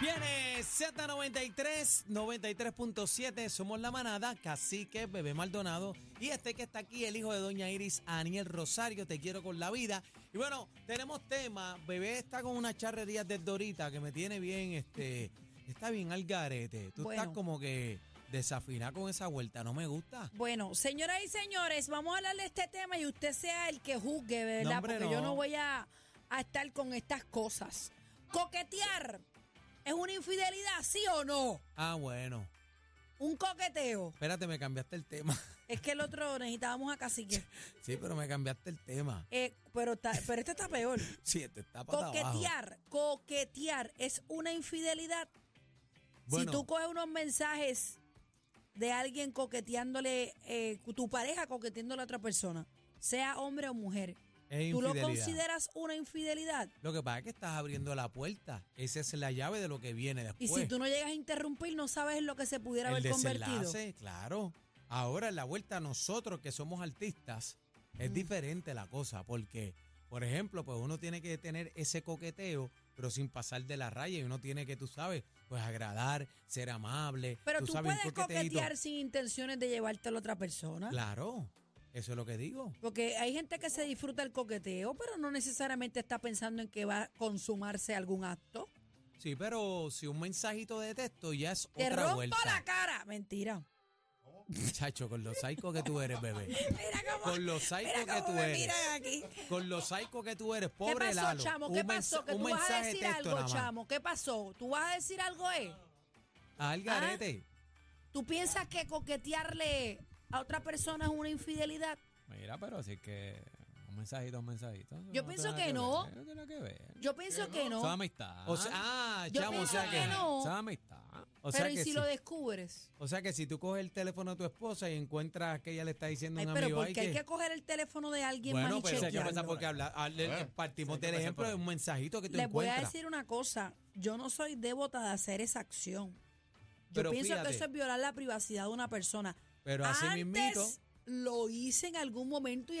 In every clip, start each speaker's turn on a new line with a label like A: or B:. A: Viene Z93, 93.7, somos la manada, cacique, bebé Maldonado. Y este que está aquí, el hijo de Doña Iris, Aniel Rosario, te quiero con la vida. Y bueno, tenemos tema, bebé está con unas charrerías de Dorita que me tiene bien, este, está bien al garete. Tú
B: Bueno.
A: estás como que desafinada con esa vuelta, no me gusta.
B: Bueno, señoras y señores, vamos a hablar de este tema y usted sea el que juzgue,
A: No,
B: ¿verdad?
A: hombre,
B: Porque yo
A: no.
B: no voy a, a estar con estas cosas. ¿Coquetear es una infidelidad, sí o no?
A: Ah, bueno,
B: Un coqueteo.
A: espérate, me cambiaste el tema.
B: Es que el otro necesitábamos a cacique.
A: Sí, pero me cambiaste el tema.
B: Eh, pero, está- pero este está peor.
A: Sí, te está para abajo.
B: Coquetear, coquetear es una infidelidad.
A: Bueno.
B: si tú coges unos mensajes de alguien coqueteándole, eh, tu pareja coqueteándole a otra persona, sea hombre o mujer,
A: Es
B: ¿tú lo
A: infidelidad.
B: consideras una infidelidad?
A: Lo que pasa es que estás abriendo la puerta. Esa es la llave de lo que viene
B: Y
A: después.
B: si tú no llegas a interrumpir, no sabes en lo que se pudiera
A: Pues, el
B: haber convertido.
A: desenlace, claro. Ahora en la vuelta nosotros que somos artistas
B: Mm.
A: es diferente la cosa porque, por ejemplo, pues uno tiene que tener ese coqueteo pero sin pasar de la raya y uno tiene que, tú sabes, pues agradar, ser amable.
B: Pero tú
A: sabes, un
B: puedes
A: coqueteíto.
B: coquetear sin intenciones de llevarte a la otra persona.
A: Claro, eso es lo que digo.
B: Porque hay gente que se disfruta el coqueteo, pero no necesariamente está pensando en que va a consumarse algún acto.
A: Sí, pero si un mensajito de texto ya es
B: Te
A: otra
B: rompo
A: vuelta.
B: la cara. Mentira.
A: Chacho, con lo psycho que tú eres, bebé.
B: Mira cómo,
A: Con lo
B: mira
A: psycho que
B: cómo
A: tú
B: me
A: eres.
B: miran aquí.
A: Con lo psycho que tú eres, pobre
B: ¿Qué pasó,
A: Lalo.
B: chamo?
A: Un
B: ¿Qué
A: mens-
B: pasó? Que
A: un
B: tú vas a
A: mensaje
B: decir
A: texto nada
B: algo,
A: más.
B: chamo. ¿Qué pasó? ¿Tú vas a decir algo, eh?
A: Ah,
B: ¿Ah?
A: Al garete.
B: ¿Tú piensas que coquetearle a otra persona es una infidelidad?
C: Mira, pero así que un mensajito, un mensajito. eso
B: Yo
C: no
B: pienso
C: tiene nada
B: que no.
C: ver, No tiene nada que ver.
B: Yo pienso que no.
C: Son amistad.
A: O sea, ah,
B: Yo
A: chamo, o
B: pienso
A: sea que,
B: que no.
C: Son amistad.
A: o sea
B: pero ¿y
A: que
B: si
A: sí.
B: lo descubres?
A: O sea que si tú coges el teléfono de tu esposa y encuentras que ella le está diciendo a
B: Ay,
A: un
B: pero
A: amigo
B: porque
A: ay,
B: hay que coger el teléfono de alguien
A: bueno,
B: más y
A: pero hay que
B: chequearlo.
A: pensar porque habla- habla- partimos
C: Sí, hay que
A: del
C: pensar
A: ejemplo
C: por
A: de
C: ahí.
A: un mensajito que tú
B: Les voy
A: encuentras.
B: a decir una cosa. Yo no soy devota de hacer esa acción. Yo
A: Pero
B: pienso
A: fíjate.
B: que eso es violar la privacidad de una persona.
A: pero así
B: Antes
A: mismito,
B: lo hice en algún momento y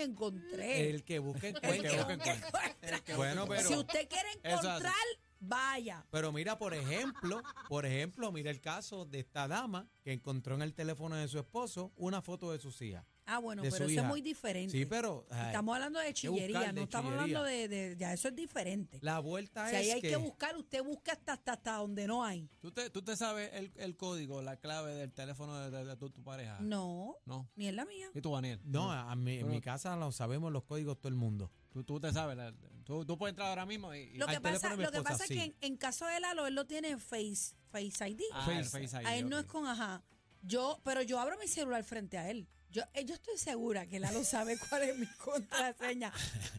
B: encontré.
A: el que busca
B: El que
A: encuentra.
B: busca encuentra.
A: bueno, pero,
B: si usted quiere
A: es así.
B: encontrar, vaya.
A: pero mira, por ejemplo, por ejemplo, mira el caso de esta dama que encontró en el teléfono de su esposo una foto de sus hijas.
B: Ah, bueno,
A: de su
B: pero eso
A: hija.
B: es muy diferente.
A: Sí, pero ay,
B: estamos hablando de
A: que buscar,
B: chillería,
A: de
B: no estamos
A: chillería.
B: hablando de, de- Ya, eso es diferente.
A: la vuelta
B: si
A: es
B: ahí hay que,
A: que
B: buscar, usted busca hasta, hasta, hasta donde no hay.
C: ¿Tú te, tú te sabes el, el código, la clave del teléfono de, de- de tu, tu pareja?
A: Ah.
B: No,
C: No.
B: ni es la mía.
C: ¿Y tú, Daniel?
A: No, a mí- en mi casa lo sabemos los códigos todo el mundo.
C: Tú, tú te sabes. la- tú, tú puedes entrar ahora mismo y. y-
B: Lo
A: al
B: que, pasa,
A: teléfono de mi
B: lo que
A: esposa,
B: pasa
A: sí.
B: es que en, en caso de Lalo, él lo tiene Face, face ID.
C: Ah, el Face ID,
B: a él no
C: ok.
B: es con ajá. Yo, pero yo abro mi celular frente a él. Yo, eh, yo estoy segura que Lalo sabe cuál es mi contraseña.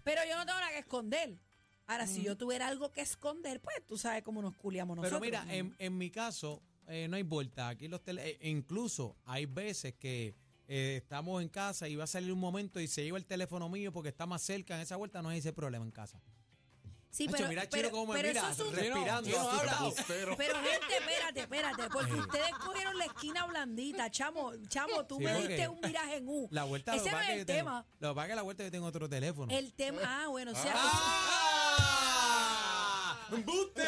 B: Pero yo no tengo nada que esconder. Ahora, si yo tuviera algo que esconder, pues tú sabes cómo nos culiamos
A: Mm. Pero
B: nosotros.
A: mira, en, en mi caso eh, no hay vuelta. Aquí los tele- eh, incluso hay veces que eh, estamos en casa y va a salir un momento y se lleva el teléfono mío porque está más cerca. En esa vuelta no hay ese problema en casa.
B: Sí,
A: Nacho,
B: pero,
A: mira, Chino,
B: pero,
A: cómo me
B: pero
A: mira,
B: eso es un-
A: respirando,
B: Chino,
A: asustado.
B: habla. Pero gente, espérate, espérate, porque ustedes cogieron la esquina blandita, chamo, chamo, tú
A: Sí,
B: me
A: porque
B: diste un viraje en U.
A: La vuelta
B: Ese
A: lo que
B: no
A: pasa
B: es
A: es que
B: el
A: yo tengo-
B: tema.
A: lo que pasa es que la vuelta yo tengo otro teléfono.
B: El tema, ah, bueno, o sea,
A: ¡Ah! ¡Embuste!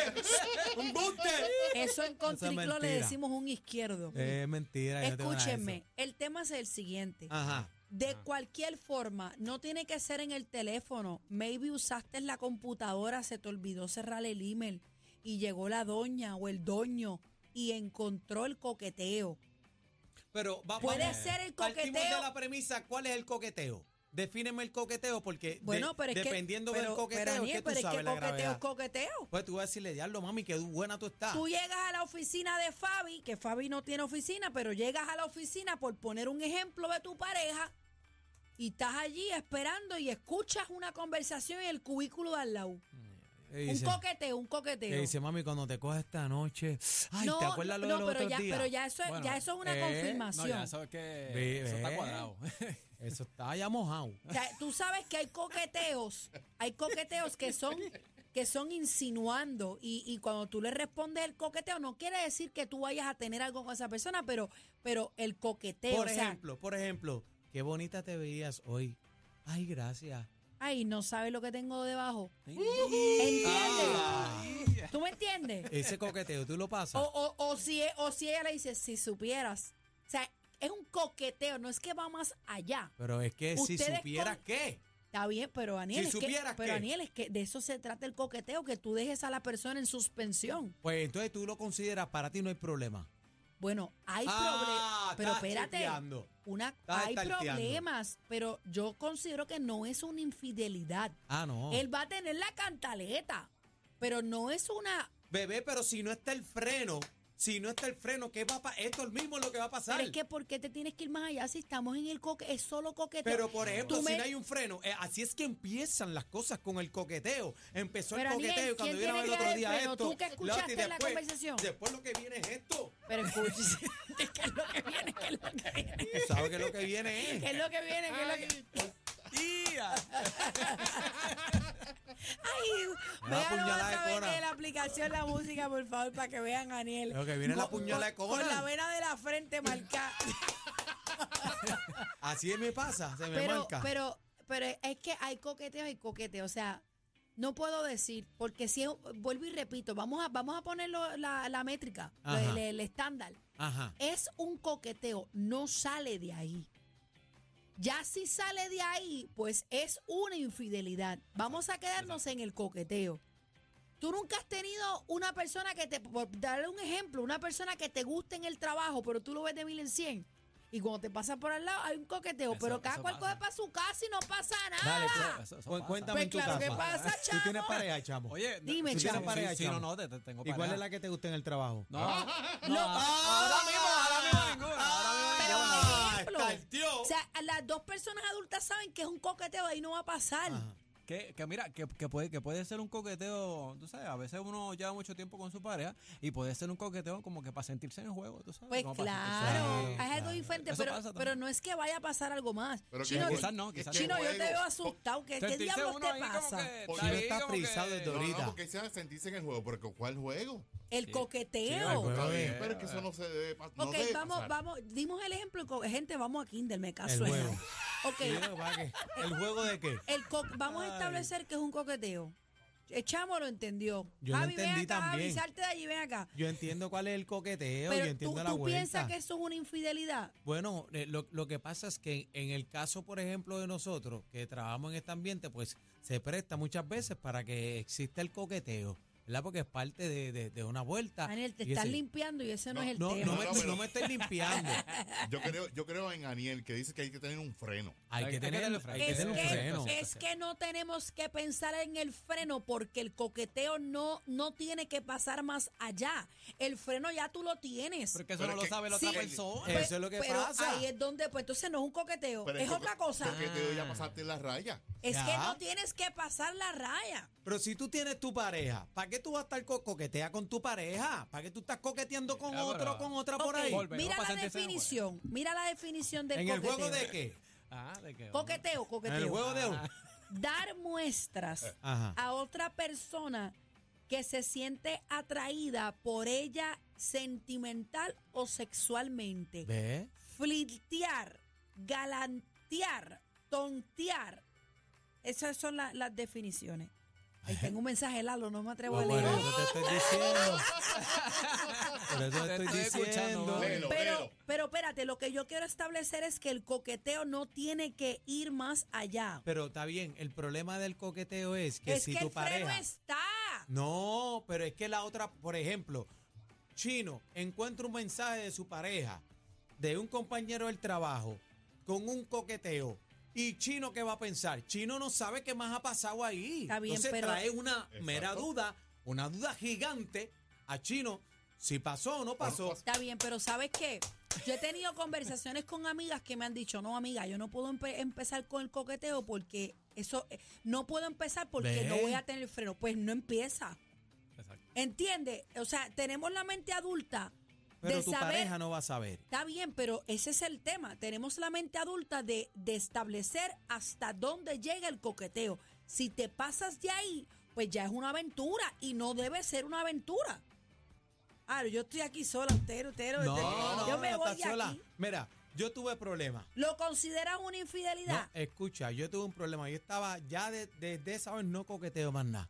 A: ¡Embuste!
B: eso en Contriclo le
A: mentira.
B: decimos un izquierdo.
A: Es Eh, mentira. yo no tengo nada de eso. Ah.
B: Escúchenme, el tema es el siguiente.
A: Ajá.
B: De cualquier forma, no tiene que ser en el teléfono. Maybe usaste la computadora, se te olvidó cerrar el email y llegó la doña o el doño y encontró el coqueteo.
A: Pero va-
B: Puede
A: vamos,
B: ser el
A: Partimos de
B: coqueteo.
A: la premisa, ¿cuál es el coqueteo? Defíneme el coqueteo porque de-
B: Bueno, pero es que-
A: dependiendo del
B: pero-
A: coqueteo
B: pero,
A: es que
B: Aniel,
A: tú
B: pero es
A: sabes
B: que
A: la
B: coqueteo es
A: gravedad. Ah.
B: coqueteo.
A: Pues tú vas a decirle, diablo, mami, qué buena tú estás.
B: Tú llegas a la oficina de Fabi, que Fabi no tiene oficina, pero llegas a la oficina por poner un ejemplo de tu pareja y estás allí esperando y escuchas una conversación en el cubículo de al lado.
A: ¿Qué
B: Un
A: dice?
B: coqueteo, un
A: Que
B: coqueteo.
A: dice, mami, cuando te coja esta noche. Ay, ¿te acuerdas lo
B: no,
A: de los
B: pero
A: otros
B: ya,
A: días?
B: pero ya eso, es-
C: Bueno,
B: ya eso es una
C: eh,
B: confirmación.
C: No, ya sabes que
A: Ve-
C: eso está
A: ve.
C: cuadrado.
A: Eso está ya mojado.
B: O sea, tú sabes que hay coqueteos, hay coqueteos que son que son insinuando y, y cuando tú le respondes el coqueteo no quiere decir que tú vayas a tener algo con esa persona, pero pero el coqueteo,
A: Por
B: o sea,
A: ejemplo, por ejemplo, qué bonita te veías hoy. Ay, gracias.
B: ay, no sabes lo que tengo debajo.
C: Ah.
B: ¿Tú me entiendes?
A: Ese coqueteo, tú lo
B: O,
A: pasas.
B: o, o, si, e- o si ella le dice, si supieras. O sea, es un coqueteo, no es que va más allá.
A: Pero es que si
B: Ustedes
A: supieras
B: con-
A: qué.
B: Está bien, pero Daniel,
A: Si
B: es
A: supieras
B: que, pero
A: que-
B: Daniel, es que de eso se trata el coqueteo, que tú dejes a la persona en suspensión.
A: Pues entonces tú lo consideras, para ti no hay problema.
B: Bueno, hay
A: Ah,
B: problemas, pero
A: estás
B: espérate,
A: chequeando.
B: una,
A: Estás
B: hay
A: stalkeando.
B: problemas, pero yo considero que no es una infidelidad.
A: Ah, no.
B: Él va a tener la cantaleta, pero no es una...
A: Bebé, pero si no está el freno, si no está el freno, ¿qué va a pasar? Esto mismo es lo que va a pasar.
B: Pero es que ¿por qué te tienes que ir más allá si estamos en el coque? Es solo coqueteo.
A: Pero, por ejemplo,
B: Tú
A: si
B: me-
A: no hay un freno, eh, así es que empiezan las cosas con el coqueteo. Empezó
B: Pero,
A: el
B: Aniel,
A: coqueteo y cuando
B: ¿quién
A: viene a ver el
B: tiene que
A: otro
B: dar
A: día
B: el freno?
A: esto.
B: ¿Tú qué
A: la otra, y
B: escuchaste en la
A: después-
B: conversación?
A: Después lo que viene es esto.
B: Pero escucha, ¿qué es lo que viene? ¿Qué es lo que viene?
A: Tú sabes que lo que viene
B: ¿Qué
A: es.
B: es lo que viene? ¿Qué es lo que...
C: Tía.
B: Ay,
A: Una
B: véanlo
A: puñalada
B: a
A: de
B: través
A: Cora.
B: de la aplicación La Música, por favor, para que vean a Aniel.
A: Lo que viene es la
B: Con-
A: puñalada de
B: con-
A: Cora.
B: Con la vena de la frente marcada.
A: Así me pasa, se me
B: pero,
A: marca.
B: pero, pero es que hay coqueteo y coqueteo. O sea, no puedo decir, porque si es- vuelvo y repito, vamos a, vamos a poner lo- la, la métrica, lo-
A: Ajá.
B: el, el estándar.
A: Ajá.
B: Es un coqueteo, no sale de ahí. Ya si sale de ahí, pues es una infidelidad. Vamos a quedarnos en el coqueteo. Tú nunca has tenido una persona que te, por darle un ejemplo, una persona que te guste en el trabajo, pero tú lo ves de mil en cien. Y cuando te pasa por al lado, hay un coqueteo,
C: Eso-
B: pero cada
C: eso
B: cual
C: pasa.
B: coge para su casa y no pasa
A: Dale,
B: nada.
A: pues,
C: Eso- eso
A: cu-
C: pasa.
A: cuéntame
B: Pues
A: en tu
B: claro
A: casa.
B: que pasa,
A: ¿Tú tienes
B: chamo.
A: pareja, chamo?
C: Oye,
B: Dime,
C: ¿tú
B: chavo.
C: tienes pareja?
A: Sí,
C: Sí,
A: chavo.
C: no, no, te, te tengo
A: ¿Y
C: pareja.
A: cuál es la que te gusta en el trabajo?
C: No. No, Ah.
B: No.
C: ahora mismo, ahora mismo ninguna. Ahora mismo
B: Ah, Pero
C: ninguna.
A: Ah,
B: ejemplo.
A: está el tío.
B: O sea, a las dos personas adultas saben que es un coqueteo, ahí no va a pasar.
A: Ajá.
C: Que, que mira, que, que puede, que puede ser un coqueteo, tú sabes, a veces uno lleva mucho tiempo con su pareja y puede ser un coqueteo como que para sentirse en el juego, tú sabes.
B: Pues
C: como para
A: Sí,
B: claro,
C: sentirse-
B: es algo
A: claro.
B: diferente,
C: Eso pasa
B: pero,
C: también.
B: pero no es que vaya a pasar algo más.
D: Pero que Pues,
B: Chino,
D: es-
C: Quizás no,
D: es
C: quizás
D: que
C: no.
B: Chino, yo te
D: juego.
B: veo asustado. ¿Qué, qué
C: Sentirse
B: diablos
C: uno
B: te
C: ahí como
B: pasa?
C: que
D: Porque
C: ahí
A: no está
C: como
A: frisado
C: que-
A: desde
D: No, no,
A: ahorita.
D: porque sea sentirse en el juego, pero ¿cuál
B: El
D: juego?
C: Sí.
A: Sí, el
B: coqueteo.
A: juego.
D: Está
A: Juego
D: bien,
A: de-
D: pero es que eso no se debe pas- no
B: ok,
D: debe
B: vamos,
D: pasar.
B: vamos. Dimos el ejemplo. co- Gente, vamos a Kindle, me
A: El
B: caso.
A: juego. Sí,
B: Ok,
A: lo que pasa es que- ¿El juego de qué?
B: el co- vamos a establecer que es un coqueteo. Echamo lo entendió.
A: Yo lo
B: Javi, ven
A: entendí
B: acá, Javi,
A: también.
B: salte de allí, ven acá.
A: Yo entiendo cuál es el coqueteo,
B: Pero
A: yo
B: tú,
A: entiendo la
B: tú
A: vuelta.
B: piensas que eso es una infidelidad.
A: Bueno, eh, lo, lo que pasa es que en el caso, por ejemplo, de nosotros que trabajamos en este ambiente, pues se presta muchas veces para que exista el coqueteo, ¿verdad? Porque es parte de, de- de una vuelta.
B: Daniel, te
A: Ah, Y
B: estás
A: ese-
B: limpiando y ese no,
D: No,
B: es el
A: No,
B: tema.
A: no me,
D: No, pero-
A: no me estoy limpiando.
D: Yo creo, yo creo en Aniel que dice que hay que tener un freno.
A: Hay que tener,
C: tenerle freno.
A: hay que
B: Es
A: tener un
C: que-
A: freno.
B: es que no tenemos que pensar en el freno porque el coqueteo no, no tiene que pasar más allá. El freno ya tú lo tienes.
C: Porque eso no
D: Pero es
C: lo
D: que-
C: sabe la otra
B: Sí.
C: persona.
B: Pues,
A: Eh, eso es lo que
B: pero
A: pasa.
B: Ahí es donde, pues entonces no es un coqueteo,
D: Pero
B: es
D: que-
B: otra cosa.
D: Porque te doy a pasarte la raya.
B: Es
A: Ya.
B: que no tienes que pasar la raya.
A: Pero si tú tienes tu pareja, ¿para qué tú vas a estar co- coquetea con tu pareja? ¿Para qué tú estás coqueteando con
C: Ya, pero-
A: otro, con otra por
B: Ok,
A: ahí?
C: Volvemos
B: Mira
C: para
B: la
C: sentirse en el
B: definición, mira la definición del
A: ¿En el
B: coqueteo.
A: juego de qué?
C: Ah, de que.
B: Coqueteo,
A: ¿En
B: coqueteo.
A: el juego de
C: Ah.
B: Dar muestras
A: Ajá.
B: a otra persona que se siente atraída por ella sentimental o sexualmente.
A: ¿Ves?
B: Flirtear, galantear, tontear. Esas son la- las definiciones. Ahí tengo un mensaje Lalo, no me atrevo a
A: Por
B: leer.
A: eso te estoy diciendo. Por eso
C: Te
A: te estoy
C: estoy escuchando,
A: diciendo.
D: Lelo,
B: Pero,
D: Lelo.
B: pero espérate, lo que yo quiero establecer es que el coqueteo no tiene que ir más allá.
A: Pero está bien, el problema del coqueteo es que
B: es
A: si
B: que
A: tu
B: el freno
A: pareja.
B: está.
A: No, pero es que la otra, por ejemplo, Chino encuentra un mensaje de su pareja, de un compañero del trabajo, con un coqueteo. ¿Y Chino qué va a pensar? Chino no sabe qué más ha pasado ahí.
B: Está bien,
A: Entonces
B: pero-
A: trae una
D: Exacto.
A: mera duda, una duda gigante a Chino si pasó o no pasó.
B: Está bien, pero ¿sabes qué? Yo he tenido conversaciones con amigas que me han dicho, no, amiga, yo no puedo empe- empezar con el coqueteo porque Eso eh, no puedo empezar porque
A: ¿Ves?
B: no voy a tener freno. Pues no empieza.
A: Exacto.
B: ¿Entiendes? O sea, tenemos la mente adulta
A: Pero
B: de
A: tu
B: saber.
A: pareja no va a saber.
B: Está bien, pero ese es el tema. Tenemos la mente adulta de, de establecer hasta dónde llega el coqueteo. Si te pasas de ahí, pues ya es una aventura y no debe ser una aventura. Ah, yo estoy aquí sola, usted, usted, usted. yo me voy
A: estás
B: de
A: sola.
B: aquí.
A: Mira, yo tuve problemas.
B: ¿Lo consideras una
A: No,
B: infidelidad?
A: escucha, yo tuve un problema. Yo estaba ya de- desde esa vez no coqueteo más nada.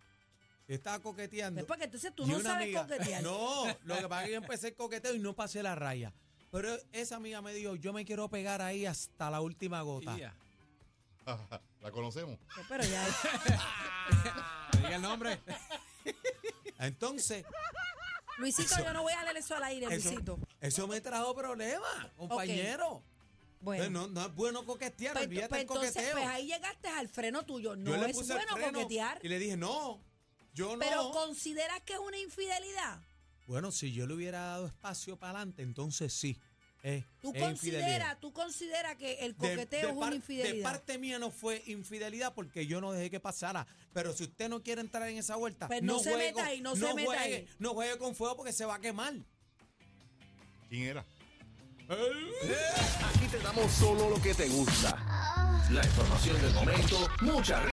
A: Yo estaba coqueteando.
B: Es Pues porque entonces tú
A: Y
B: no
A: eh, una
B: sabes
A: amiga-
B: coquetear.
A: No, lo que pasa es que yo empecé el coqueteo y no pasé la raya. Pero esa amiga me dijo, yo me quiero pegar ahí hasta la última gota.
C: Tía, Ah.
D: La conocemos.
B: Eh, Pero ya es-
C: te diga el nombre.
A: Entonces,
B: Luisito, yo no voy a leer eso al aire,
A: eso,
B: Luisito.
A: eso me trajo problemas, compañero.
B: Bueno.
A: Pues No, no es bueno coquetear,
B: Pues,
A: olvídate
B: pues
A: del
B: entonces,
A: coqueteo.
B: pues ahí llegaste al freno tuyo. No
A: yo le
B: es
A: puse el
B: bueno
A: freno
B: coquetear.
A: Y le dije, no, yo no.
B: Pero consideras que es una infidelidad.
A: Bueno, si yo le hubiera dado espacio para adelante, entonces sí. es-
B: Tú
A: es infidelidad.
B: consideras, tú consideras que el
A: De-
B: coqueteo
A: de
B: es
A: par-
B: una
A: De
B: infidelidad.
A: parte mía no fue infidelidad porque yo no dejé que pasara. Pero si usted no quiere entrar en esa vuelta,
B: Pues no se
A: juegue
B: meta
A: con-
B: ahí, no se meta
A: juegue,
B: ahí.
A: No juegue con fuego porque se va a quemar.
D: ¿Quién era?
E: Aquí te damos solo lo que te gusta. La información del momento, mucha